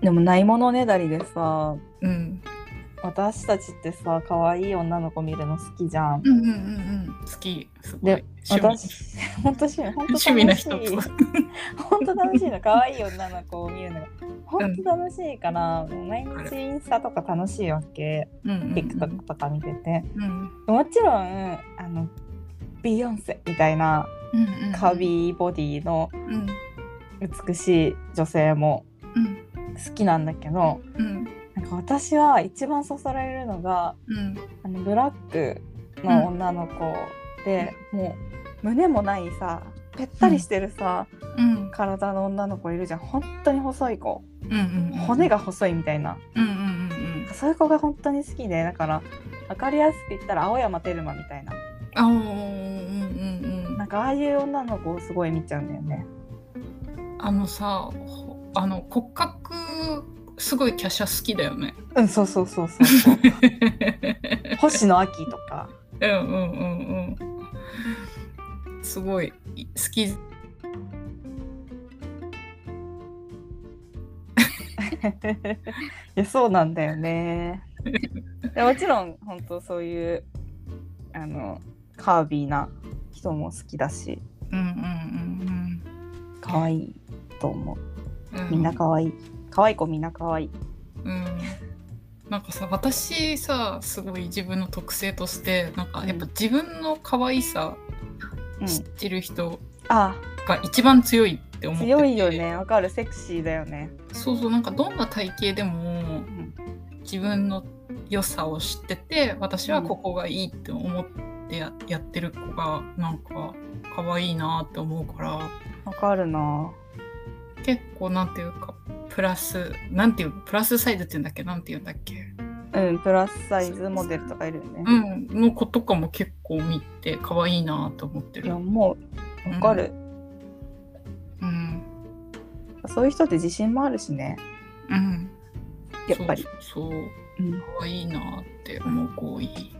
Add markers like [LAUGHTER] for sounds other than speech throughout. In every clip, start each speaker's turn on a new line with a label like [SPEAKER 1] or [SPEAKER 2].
[SPEAKER 1] でもないものねだりでさ
[SPEAKER 2] うん
[SPEAKER 1] 私たちってさ可愛い女の子見るの好きじゃん。
[SPEAKER 2] うんうんうんうん好きすごい
[SPEAKER 1] で
[SPEAKER 2] 趣味
[SPEAKER 1] 私 [LAUGHS] 本当趣味本当楽しい
[SPEAKER 2] 趣味な人
[SPEAKER 1] 本当楽しいの可愛い女の子を見るのが本当楽しいから、もう毎日インスタとか楽しいわけ、
[SPEAKER 2] うんうんうん
[SPEAKER 1] TikTok とか見てて
[SPEAKER 2] うん
[SPEAKER 1] もちろんあのビヨンセみたいな
[SPEAKER 2] うんうんうん
[SPEAKER 1] カービーボディの
[SPEAKER 2] うん
[SPEAKER 1] 美しい女性も
[SPEAKER 2] うん
[SPEAKER 1] 好きなんだけど
[SPEAKER 2] うん
[SPEAKER 1] なんか私は一番そそられるのが
[SPEAKER 2] うん
[SPEAKER 1] あのブラックの女の子で、もう胸もないさぺったりしてるさ、
[SPEAKER 2] うん
[SPEAKER 1] 体の女の子いるじゃん本当に細い子
[SPEAKER 2] うんうん
[SPEAKER 1] 骨が細いみたいな
[SPEAKER 2] うんうんうんうん
[SPEAKER 1] そういう子が本当に好きでだから分かりやすく言ったら青山テルマみたいな
[SPEAKER 2] あおーうんうんうん
[SPEAKER 1] なんかああいう女の子をすごい見ちゃうんだよね
[SPEAKER 2] あのさほあの骨格すごい華奢好きだよね
[SPEAKER 1] うんそうそうそうそう
[SPEAKER 2] [LAUGHS]
[SPEAKER 1] そう星野亜紀とか
[SPEAKER 2] うんうんうんうんすごいい好き
[SPEAKER 1] [LAUGHS] いやそうなんだよねでもちろん本当そういうあのカービィな人も好きだし
[SPEAKER 2] うんうん
[SPEAKER 1] 可愛いと思う
[SPEAKER 2] うんうんう
[SPEAKER 1] みんな可愛い可愛い子みんな可愛い
[SPEAKER 2] うんなんかさ私さすごい自分の特性としてなんかやっぱ自分の可愛さ
[SPEAKER 1] うん
[SPEAKER 2] 知ってる人
[SPEAKER 1] あ
[SPEAKER 2] が一番強いって思ってて
[SPEAKER 1] 強いよねわかるセクシーだよね
[SPEAKER 2] そうそうなんかどんな体型でも
[SPEAKER 1] ん
[SPEAKER 2] 自分の良さを知ってて私はここがいいって思ってややってる子がなんか可愛いなって思うから
[SPEAKER 1] わかるな
[SPEAKER 2] 結構なんていうかプラスなんていうプラスサイズって言うんだっけなんて言うんだっけ
[SPEAKER 1] うんプラスサイズモデルとかいるよね
[SPEAKER 2] うんの子とかも結構見て可愛いなと思って
[SPEAKER 1] いや
[SPEAKER 2] る。
[SPEAKER 1] もうわかる、
[SPEAKER 2] うん
[SPEAKER 1] そういう人って自信もあるしね
[SPEAKER 2] うん、
[SPEAKER 1] やっぱり
[SPEAKER 2] そうそう
[SPEAKER 1] うん
[SPEAKER 2] 可愛いなって思う子多い。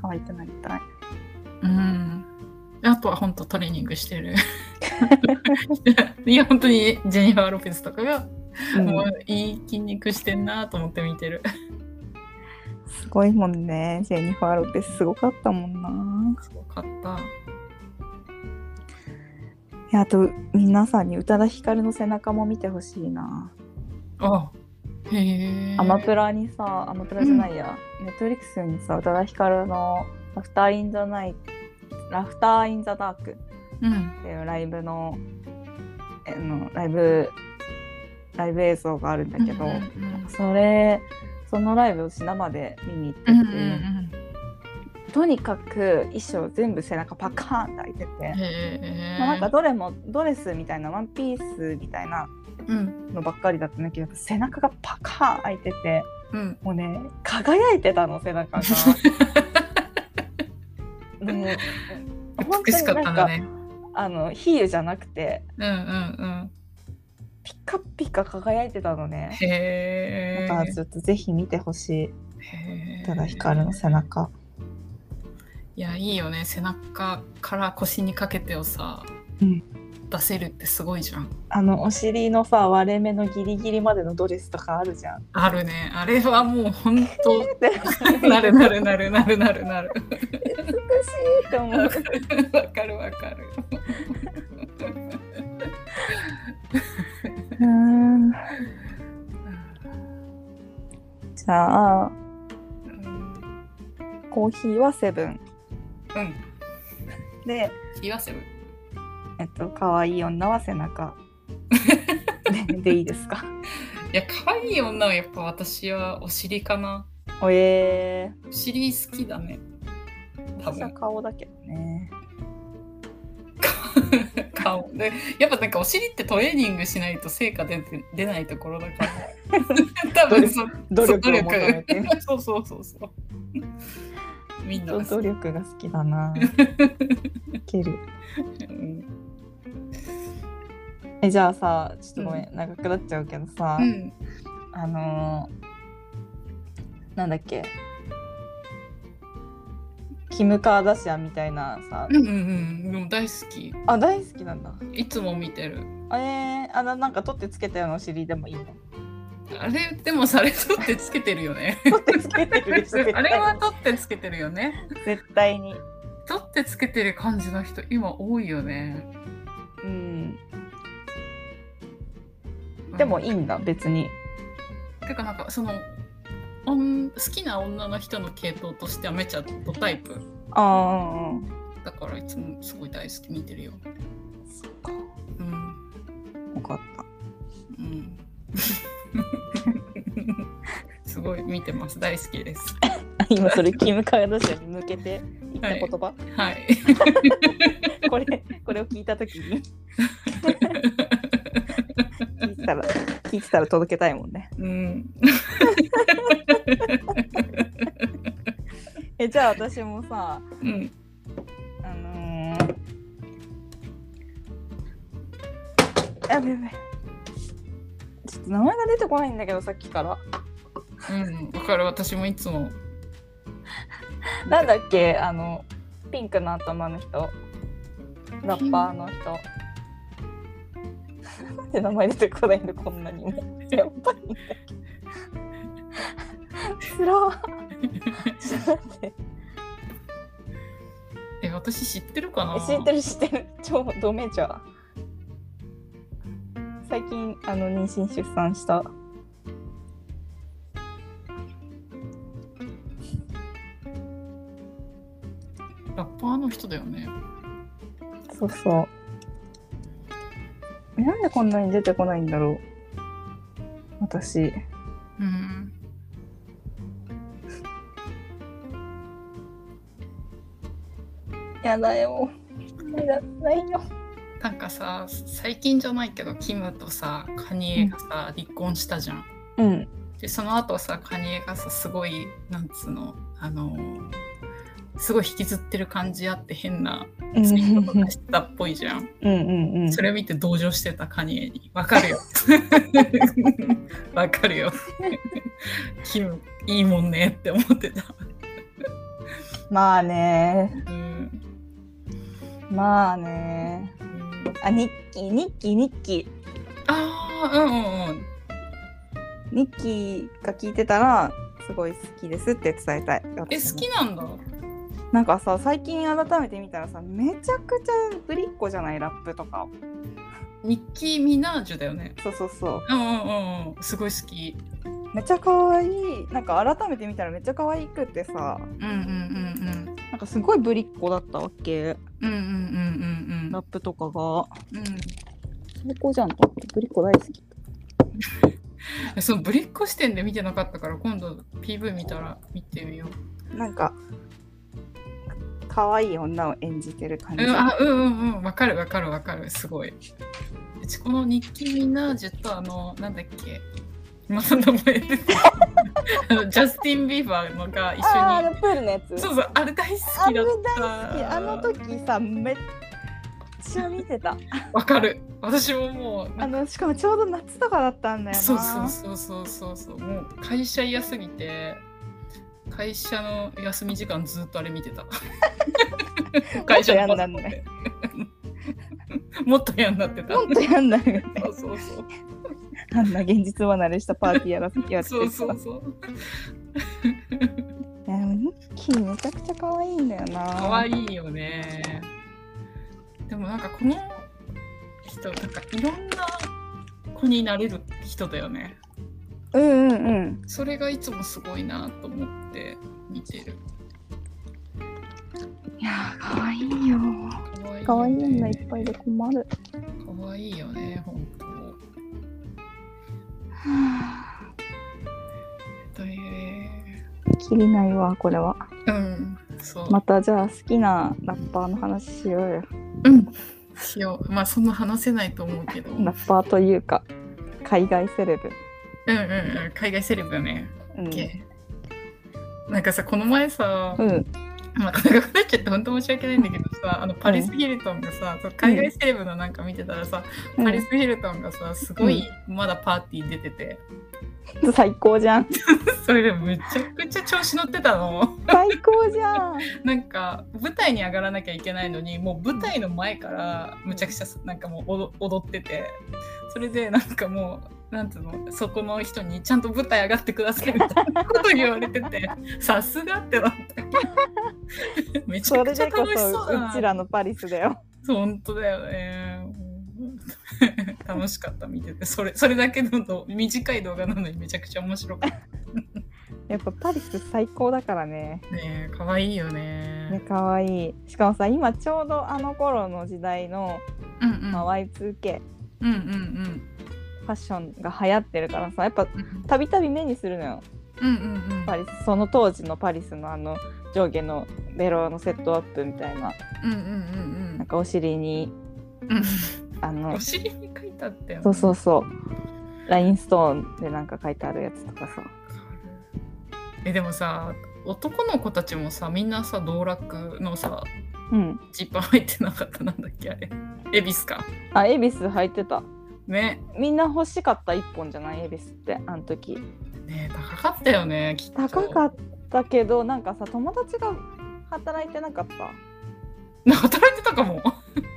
[SPEAKER 1] 可愛くなりたい
[SPEAKER 2] うん。あとは本当トレーニングして
[SPEAKER 1] [LAUGHS]
[SPEAKER 2] る。いや本当にジェニファー・ロペスとかが、
[SPEAKER 1] うん
[SPEAKER 2] もういい筋肉してんなと思って見てる。
[SPEAKER 1] すごいもんねジェニファー・ロペスすごかったもんな
[SPEAKER 2] すごかっ
[SPEAKER 1] い
[SPEAKER 2] た。
[SPEAKER 1] やあと皆さんに宇多田ヒカルの背中も見てほしいな、
[SPEAKER 2] あへえ。
[SPEAKER 1] アマプラにさアマプラじゃないや、ネットフリックスにさ宇多田ヒカルの「ラフター・イン・ザ・ナイラフター・イン・ザ・ダーク」っ
[SPEAKER 2] うん。
[SPEAKER 1] ていうライブのえのライブライブ映像があるんだけど、
[SPEAKER 2] うんうん
[SPEAKER 1] それそのライブを生で見に行ってて、
[SPEAKER 2] うんうんうん
[SPEAKER 1] とにかく衣装全部背中パカーンって開いてて、
[SPEAKER 2] うん。へえ。
[SPEAKER 1] まあ、なんかどれもドレスみたいなワンピースみたいな
[SPEAKER 2] うん
[SPEAKER 1] のばっかりだったんだけどやっぱ背中がパカーン開いてて
[SPEAKER 2] うん。
[SPEAKER 1] もうね輝いてたの背中
[SPEAKER 2] [LAUGHS]
[SPEAKER 1] が。でも本
[SPEAKER 2] 美
[SPEAKER 1] 当
[SPEAKER 2] し
[SPEAKER 1] に
[SPEAKER 2] かっ
[SPEAKER 1] な
[SPEAKER 2] た
[SPEAKER 1] ん
[SPEAKER 2] んだ
[SPEAKER 1] か、
[SPEAKER 2] ね。
[SPEAKER 1] あの比喩じゃなくて
[SPEAKER 2] うんうん
[SPEAKER 1] ピカピカ輝いてたの
[SPEAKER 2] うん。
[SPEAKER 1] ね。
[SPEAKER 2] へえ。
[SPEAKER 1] だからちょっとぜひ見てほしい
[SPEAKER 2] へ
[SPEAKER 1] 宇
[SPEAKER 2] え
[SPEAKER 1] 多田ヒカルの背中。
[SPEAKER 2] いやいいよね背中から腰にかけてをさ、
[SPEAKER 1] うん
[SPEAKER 2] 出せるってすごいじゃん
[SPEAKER 1] あのお尻のさ割れ目のギリギリまでのドレスとかあるじゃ
[SPEAKER 2] [LAUGHS]
[SPEAKER 1] ん。
[SPEAKER 2] あるねあれはもうほんと
[SPEAKER 1] で
[SPEAKER 2] なるなるなるなるなるなる
[SPEAKER 1] 美しいと
[SPEAKER 2] [LAUGHS]
[SPEAKER 1] 思う。
[SPEAKER 2] わかるわかる
[SPEAKER 1] うんじゃあ
[SPEAKER 2] うん
[SPEAKER 1] コーヒーはセブンで、
[SPEAKER 2] 言わせる
[SPEAKER 1] えっと可愛い女は背
[SPEAKER 2] [LAUGHS]
[SPEAKER 1] 中ででいいですか。
[SPEAKER 2] いや可愛い女はやっぱ私はお尻かな
[SPEAKER 1] おえ
[SPEAKER 2] お尻好きだね
[SPEAKER 1] ー、
[SPEAKER 2] 多
[SPEAKER 1] 私は
[SPEAKER 2] 分
[SPEAKER 1] 顔だけどね。
[SPEAKER 2] 顔でやっぱなんかお尻ってトレーニングしないと成果出て出ないところだから
[SPEAKER 1] [LAUGHS]
[SPEAKER 2] 多分そ
[SPEAKER 1] 努力を
[SPEAKER 2] そう
[SPEAKER 1] 求めて。
[SPEAKER 2] [LAUGHS] そうそうそうそう。みんなが
[SPEAKER 1] 努力が好きだ
[SPEAKER 2] [LAUGHS]
[SPEAKER 1] な。いける。
[SPEAKER 2] うん
[SPEAKER 1] えじゃあさ、ちょっとごめん、長くなっちゃうけどさ、
[SPEAKER 2] うん
[SPEAKER 1] あのー、なんだっけ。キム・カーダシアンみたいなさ
[SPEAKER 2] うんうんうんでも大好き
[SPEAKER 1] あ大好きなんだ
[SPEAKER 2] いつも見てる
[SPEAKER 1] あえー、あななんか取ってつけたようなお尻でも
[SPEAKER 2] [LAUGHS]
[SPEAKER 1] いいの
[SPEAKER 2] あれでもされ取ってつけてるよ
[SPEAKER 1] [LAUGHS]
[SPEAKER 2] ね
[SPEAKER 1] 取ってつけてる絶対
[SPEAKER 2] あれは取ってつけてるよね
[SPEAKER 1] 絶対に
[SPEAKER 2] 取ってつけてる感じの人今多いよね
[SPEAKER 1] うんでもいいんだ別に
[SPEAKER 2] てかなんかそのおん好きな女の人の系統としてはめちゃドタイプ
[SPEAKER 1] あ
[SPEAKER 2] だからいつもすごい大好き見てるよ。
[SPEAKER 1] あ
[SPEAKER 2] うん
[SPEAKER 1] よかった
[SPEAKER 2] うんすごい見てます大好
[SPEAKER 1] [LAUGHS]
[SPEAKER 2] きです。
[SPEAKER 1] あ今それキム・カーダシアンに向けて言った言葉、
[SPEAKER 2] はい。 [LAUGHS]
[SPEAKER 1] これこれを聞いた時 [LAUGHS] に聞いてたら聞いてたら届けたいもんね
[SPEAKER 2] うん。
[SPEAKER 1] えじゃあ私もさ
[SPEAKER 2] うん。
[SPEAKER 1] あのー、あやべやべちょっと名前が出てこないんだけどさっきから
[SPEAKER 2] うん。わかる私もいつも。
[SPEAKER 1] なんだっけあのピンクの頭の人ラッパーの人なんで名前出てこないんだこんなにもやっぱりいいんだけどつらーちょっと待って
[SPEAKER 2] え私知ってるかな。
[SPEAKER 1] 知ってる知ってる超ドメジャー最近あの妊娠出産した
[SPEAKER 2] ラッパーの人だよね。
[SPEAKER 1] そうそうえなんでこんなに出てこないんだろう私
[SPEAKER 2] うん。
[SPEAKER 1] やだよやだないよ
[SPEAKER 2] なんかさ最近じゃないけどキムとさカニエがさ離婚したじゃん。
[SPEAKER 1] うん
[SPEAKER 2] でその後さカニエがさすごいなんつうのあのすごい引きずってる感じあって変な
[SPEAKER 1] うん
[SPEAKER 2] ツイートとかしてたっぽいじゃん。
[SPEAKER 1] うんうんうん
[SPEAKER 2] それ見て同情してたカニエに。わかるよ。わかる
[SPEAKER 1] [LAUGHS]
[SPEAKER 2] よ。キムいいもんねって思ってた。
[SPEAKER 1] まあね
[SPEAKER 2] うん
[SPEAKER 1] まあねあニッキーニッキーニッキー
[SPEAKER 2] ああうんうんうん。
[SPEAKER 1] ニッキーが聞いてたらすごい好きですって伝えたい
[SPEAKER 2] え
[SPEAKER 1] 私
[SPEAKER 2] 好
[SPEAKER 1] も
[SPEAKER 2] きなんだ。
[SPEAKER 1] なんかさ最近改めて見たらさめちゃくちゃぶりっ子じゃないラップとか
[SPEAKER 2] ニッキー・ミナージュだよね。
[SPEAKER 1] そうそうそう
[SPEAKER 2] うんうんうんうん。すごい好き。
[SPEAKER 1] めっちゃ可愛いなんか改めて見たらめっちゃ可愛くてさ
[SPEAKER 2] うんうんうん
[SPEAKER 1] なんかすごいぶりっ子だったわけ
[SPEAKER 2] うん。うんうんうんうん
[SPEAKER 1] ラップとかが
[SPEAKER 2] うん。うん
[SPEAKER 1] 最高じゃんと思ってぶりっ子大好き
[SPEAKER 2] そのぶりっ子視点で見てなかったから今度 PV 見たら見てみよう。
[SPEAKER 1] なんか可愛い女を演じてる感じ、
[SPEAKER 2] うん、あうんうんうんわかるわかるわかるすごい。うちこのニッキー・ミナージュとあのなんだっけ今の名前出てこない [LAUGHS] あのジャスティン・ビーバーのが一
[SPEAKER 1] あーあ
[SPEAKER 2] 緒
[SPEAKER 1] のプールのやつ
[SPEAKER 2] にそうそうあれ大好
[SPEAKER 1] あ
[SPEAKER 2] き
[SPEAKER 1] れ
[SPEAKER 2] だっ
[SPEAKER 1] 大好き
[SPEAKER 2] た。
[SPEAKER 1] あの時さめっちゃ見てた
[SPEAKER 2] わかる私ももう
[SPEAKER 1] あのしかもちょうど夏とかだったんだよな
[SPEAKER 2] そうそうそうそうそうそうもう会社嫌すぎて会社の休み時間ずっとあれ見
[SPEAKER 1] [LAUGHS]
[SPEAKER 2] てた会社のパソコンでもっと嫌になってた
[SPEAKER 1] ほんとやんないよね
[SPEAKER 2] そうそうそう
[SPEAKER 1] あんな現実離れしたパーティーやらせてやってさ
[SPEAKER 2] そうそうそう
[SPEAKER 1] いやでもニッキーめちゃくちゃ可愛いんだよな
[SPEAKER 2] 可愛いよねでもなんかこの人なんかいろんな子になれる人だよね
[SPEAKER 1] うんうんうん
[SPEAKER 2] それがいつもすごいなと思って見てる
[SPEAKER 1] いやー可愛いよ
[SPEAKER 2] か
[SPEAKER 1] 可
[SPEAKER 2] わ
[SPEAKER 1] 愛い
[SPEAKER 2] よね
[SPEAKER 1] 女いっぱいで困る
[SPEAKER 2] 可愛いよね、本当。
[SPEAKER 1] は
[SPEAKER 2] という。
[SPEAKER 1] ぁ切りないわこれは
[SPEAKER 2] うん、そう。
[SPEAKER 1] またじゃあ好きなラッパーの話しようよ
[SPEAKER 2] うん。しよう。まあ、そんな話せないと思うけど。うん
[SPEAKER 1] ラッパーというか海外セレブ
[SPEAKER 2] うんうん。海外セレブよね。
[SPEAKER 1] うん、
[SPEAKER 2] OK なんかさ、この前さ、
[SPEAKER 1] うん、
[SPEAKER 2] まあ、長くなっちゃって本当申し訳ないんだけどさ、あのパリス・ヒルトンがさ、そう海外セレブのなんか見てたらさ、パリス・ヒルトンがさ、すごいまだパーティー出てて、 [LAUGHS]
[SPEAKER 1] 最高じゃん。
[SPEAKER 2] それでめちゃくちゃ調子乗ってたの。 [LAUGHS]
[SPEAKER 1] 最高じゃん。
[SPEAKER 2] なんか舞台に上がらなきゃいけないのにもう舞台の前からむちゃくちゃなんかもう踊踊っててそれでなんかもうなんつうのそこの人にちゃんと舞台上がってくださいみたいなこと言われててさすがってなってめちゃ
[SPEAKER 1] [LAUGHS] そ
[SPEAKER 2] く
[SPEAKER 1] れ
[SPEAKER 2] ちゃ
[SPEAKER 1] でこ
[SPEAKER 2] 楽し
[SPEAKER 1] そ
[SPEAKER 2] そうだな
[SPEAKER 1] うちらのパリスだよ。
[SPEAKER 2] そう [LAUGHS] 本当だよね [LAUGHS] 楽しかった見ててそれそれだけのど短い動画なのにめちゃくちゃ面白かっ
[SPEAKER 1] やっぱパリス最高だからね。[LAUGHS]
[SPEAKER 2] たね可愛いよ
[SPEAKER 1] ね、
[SPEAKER 2] ね
[SPEAKER 1] 可愛いしかもさ今ちょうどあの頃の時代の、
[SPEAKER 2] うんうん
[SPEAKER 1] まあ Y2K フ
[SPEAKER 2] うんうん
[SPEAKER 1] ァッションが流行ってるからさやっぱ
[SPEAKER 2] うん
[SPEAKER 1] たびたび目にするのよ
[SPEAKER 2] うんうんうん
[SPEAKER 1] パリスその当時のパリスのあの上下のベロのセットアップみたいな
[SPEAKER 2] うんう
[SPEAKER 1] なん
[SPEAKER 2] ん
[SPEAKER 1] かお尻に
[SPEAKER 2] うんうん
[SPEAKER 1] あ
[SPEAKER 2] うん。
[SPEAKER 1] の
[SPEAKER 2] お尻に書いたって。
[SPEAKER 1] そうそうそうラインストーンでなんか書いてあるやつとかさ
[SPEAKER 2] えでもさ、男の子たちもさ、みんなさ、道楽のさ、
[SPEAKER 1] うん
[SPEAKER 2] ジーパン入ってなかったなんだっけあれ。エビスか。
[SPEAKER 1] あ恵比寿履いてた
[SPEAKER 2] ね。
[SPEAKER 1] みんな欲しかった1本じゃない恵比寿ってあの時
[SPEAKER 2] ね高かったよね。きっと
[SPEAKER 1] 高かったけどなんかさ友達が働いてなかった
[SPEAKER 2] な働いてたかも。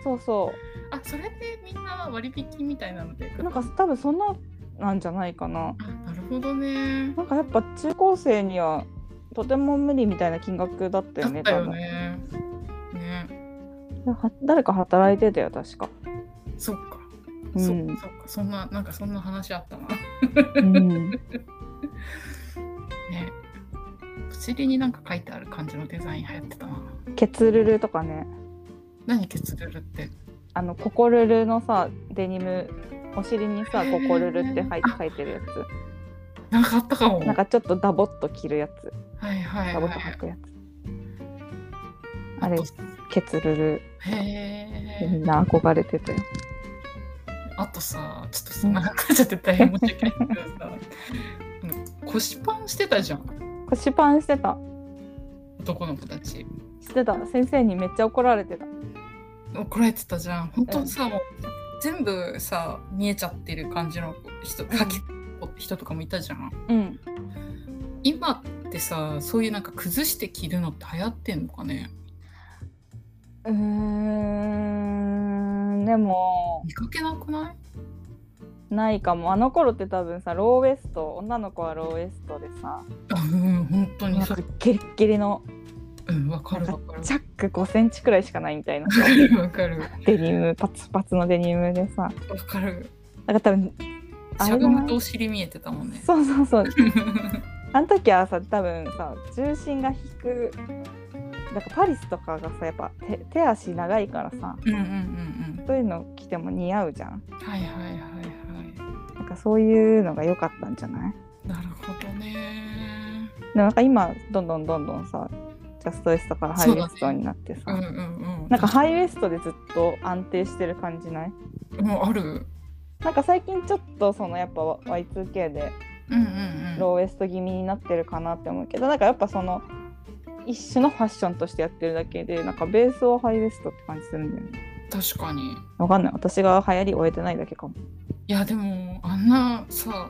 [SPEAKER 1] そうそ
[SPEAKER 2] あ、それでみんな割引みたいなので。
[SPEAKER 1] うなんか多分そんななんじゃないかな
[SPEAKER 2] あ、なるほどね。
[SPEAKER 1] なんかやっぱ中高生にはとても無理みたいな金額だった
[SPEAKER 2] だ
[SPEAKER 1] よ
[SPEAKER 2] っ
[SPEAKER 1] ね
[SPEAKER 2] たよね。ね。
[SPEAKER 1] 多分は誰か働いてたよ確か、
[SPEAKER 2] そっか。
[SPEAKER 1] う
[SPEAKER 2] そ
[SPEAKER 1] ん
[SPEAKER 2] っか、そっか。そんな、なんかそんな話あったな。
[SPEAKER 1] うん、
[SPEAKER 2] ねお尻になんか書いてある感じのデザイン流行ってたな
[SPEAKER 1] ケツルルとかね
[SPEAKER 2] 何ケツルルって
[SPEAKER 1] あのココルルのさデニムお尻にさココルルって書い書いてるや
[SPEAKER 2] なんかあったかも
[SPEAKER 1] つなんかちょっとダボっと着るやつ
[SPEAKER 2] はいはい
[SPEAKER 1] ダボ
[SPEAKER 2] はい
[SPEAKER 1] っと履くやつあれ
[SPEAKER 2] と
[SPEAKER 1] ケツルル
[SPEAKER 2] へ
[SPEAKER 1] みん
[SPEAKER 2] え
[SPEAKER 1] な憧れてたよ
[SPEAKER 2] あとさちょっと
[SPEAKER 1] う
[SPEAKER 2] さ
[SPEAKER 1] ん
[SPEAKER 2] なんかちゃって大変申し訳ないけどさあの腰パンしてたじゃん
[SPEAKER 1] 腰パンしてた
[SPEAKER 2] 男の子たち
[SPEAKER 1] してた先生にめっちゃ怒られてた
[SPEAKER 2] 怒られてたじゃん本当さ、もう全部さ見えちゃってる感じの人書き人とかもいたじゃん
[SPEAKER 1] うん
[SPEAKER 2] 今ってさそういうなんか崩して着るのって流行ってんのかね
[SPEAKER 1] うーんでも
[SPEAKER 2] 見かけなくない [LAUGHS]
[SPEAKER 1] ないかもあの頃って多分さローウエスト女の子はローウエストでさ
[SPEAKER 2] うん、本当に
[SPEAKER 1] なん
[SPEAKER 2] そ
[SPEAKER 1] か
[SPEAKER 2] れ、
[SPEAKER 1] ギリッギリの
[SPEAKER 2] うん、わかるわか
[SPEAKER 1] チャック5センチくらいしかないみたいな
[SPEAKER 2] る。わかる。わ
[SPEAKER 1] デニムパツパツのデニムでさ
[SPEAKER 2] かる。
[SPEAKER 1] なんか多分あ
[SPEAKER 2] し
[SPEAKER 1] れ
[SPEAKER 2] ゃ
[SPEAKER 1] だ
[SPEAKER 2] が
[SPEAKER 1] な
[SPEAKER 2] むとお尻見えてたもんね。
[SPEAKER 1] そうそう
[SPEAKER 2] [LAUGHS]
[SPEAKER 1] そうあの時はさ多分さ重心が低くなんかパリスとかがさやっぱ手手足長いからさ
[SPEAKER 2] うんうんうん
[SPEAKER 1] そういうの着ても似合うじゃん
[SPEAKER 2] うん。はいはいはいは
[SPEAKER 1] なんかそういうのが良かったんじゃない
[SPEAKER 2] い。なるほどね。
[SPEAKER 1] でもなんか今どんどんどんどんさジャストウエストからハイウエストになってさ、
[SPEAKER 2] うんうんうん。
[SPEAKER 1] なんかハイウエストでずっと安定してる感じない
[SPEAKER 2] もうある。
[SPEAKER 1] なんか最近ちょっとそのやっぱ Y2K で
[SPEAKER 2] うんうんうん。
[SPEAKER 1] ローウエスト気味になってるかなって思うけどなんかやっぱその一種のファッションとしてやってるだけでなんかベースはハイウエストって感じするんだよね
[SPEAKER 2] 確かに。
[SPEAKER 1] わかんない私が流行り終えてないだけかも
[SPEAKER 2] いやでもあんなさ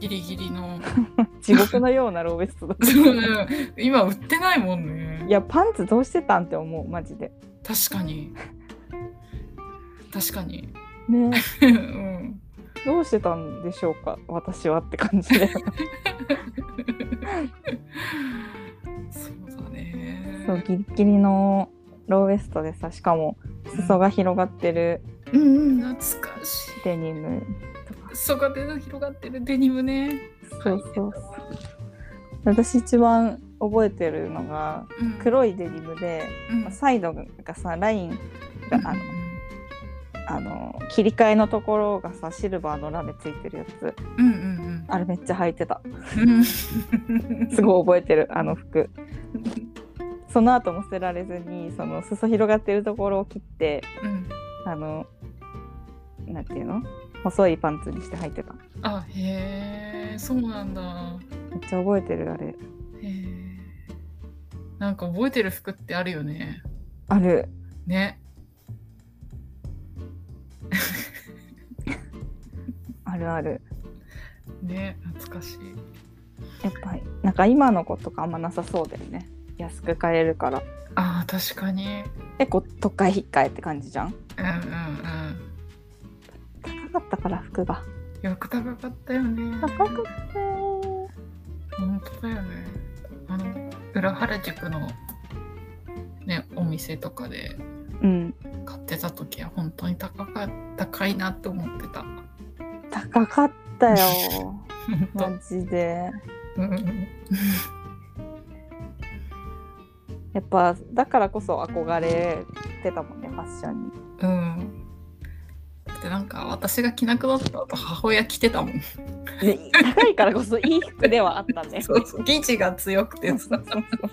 [SPEAKER 2] ギリギリの [LAUGHS]
[SPEAKER 1] 地獄のようなローウエストだ [LAUGHS]
[SPEAKER 2] 今売ってないもんね
[SPEAKER 1] い。やパンツどうしてたんって思うマジで
[SPEAKER 2] 確かに。確かに。
[SPEAKER 1] ね
[SPEAKER 2] うん。
[SPEAKER 1] どうしてたんでしょうか私はって感じで
[SPEAKER 2] そうだね。
[SPEAKER 1] [LAUGHS] そうギリギリのローウエストでさしかも裾が広がってる
[SPEAKER 2] うんうん、懐かしい。
[SPEAKER 1] デニム
[SPEAKER 2] 裾が出て広がってるデニムね。
[SPEAKER 1] そうそう私一番覚えてるのが
[SPEAKER 2] うん、
[SPEAKER 1] 黒いデニムで、
[SPEAKER 2] うん、
[SPEAKER 1] まあサイドがさラインがあの
[SPEAKER 2] う
[SPEAKER 1] あの切り替えのところがさシルバーのラメついてるやつ
[SPEAKER 2] んうん
[SPEAKER 1] あれめっちゃ履いてた
[SPEAKER 2] うん。
[SPEAKER 1] すごい覚えてるあの服その後も捨てられずにその裾広がってるところを切って
[SPEAKER 2] うん。
[SPEAKER 1] あのなんていうの細いパンツにして履いてため
[SPEAKER 2] あ、へえ、そうなんだ。
[SPEAKER 1] っちゃ覚えてるあれ
[SPEAKER 2] へえ。なんか覚えてる服ってあるよね。
[SPEAKER 1] ある
[SPEAKER 2] ね。
[SPEAKER 1] あるある
[SPEAKER 2] ね懐かしい
[SPEAKER 1] やっぱりなんか今の子とかあんまなさそうだよね安く買えるから
[SPEAKER 2] あー確かに
[SPEAKER 1] 結構都会引っかえって感じじゃん
[SPEAKER 2] うんうんうん
[SPEAKER 1] 高かったから服が
[SPEAKER 2] よく高かったよね
[SPEAKER 1] 高かったよ
[SPEAKER 2] 本当だよねあの裏原宿のねお店とかで
[SPEAKER 1] うん
[SPEAKER 2] 買ってた時は本当に高か高いなって思って [LAUGHS] た
[SPEAKER 1] 高かったよ
[SPEAKER 2] 本当
[SPEAKER 1] マジで
[SPEAKER 2] うんうん
[SPEAKER 1] やっぱだからこそ憧れてたもんねファッションに
[SPEAKER 2] うんだってなんか私が着なくなった後母親着てたもん
[SPEAKER 1] ね高いからこそいい服ではあったね
[SPEAKER 2] そう [LAUGHS] そう義地が強くてさ
[SPEAKER 1] そうそうそう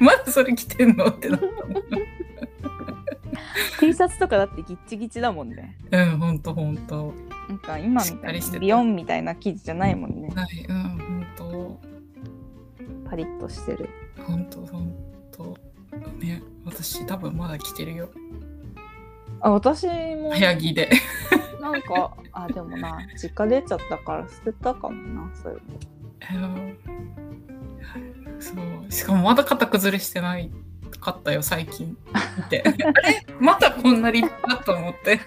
[SPEAKER 2] [LAUGHS] まだそれ着てんのってなったもん
[SPEAKER 1] T シャツとかだってギッチギチだもんね
[SPEAKER 2] うんほんとほんと
[SPEAKER 1] なんか今
[SPEAKER 2] し
[SPEAKER 1] み
[SPEAKER 2] ったか
[SPEAKER 1] い
[SPEAKER 2] りして
[SPEAKER 1] な
[SPEAKER 2] た
[SPEAKER 1] ビヨンみたいな生地じゃないもんね
[SPEAKER 2] はいうんほん
[SPEAKER 1] パリッとしてる
[SPEAKER 2] とほんとほんとね私多分まだ着てるよ
[SPEAKER 1] あ私も
[SPEAKER 2] 早着で [LAUGHS]
[SPEAKER 1] なんかあでもな実家出ちゃったから捨てたかもなそういうの
[SPEAKER 2] うんそうしかもまだ肩崩れしてないかったよ最近見てあれまだこんな立派と思って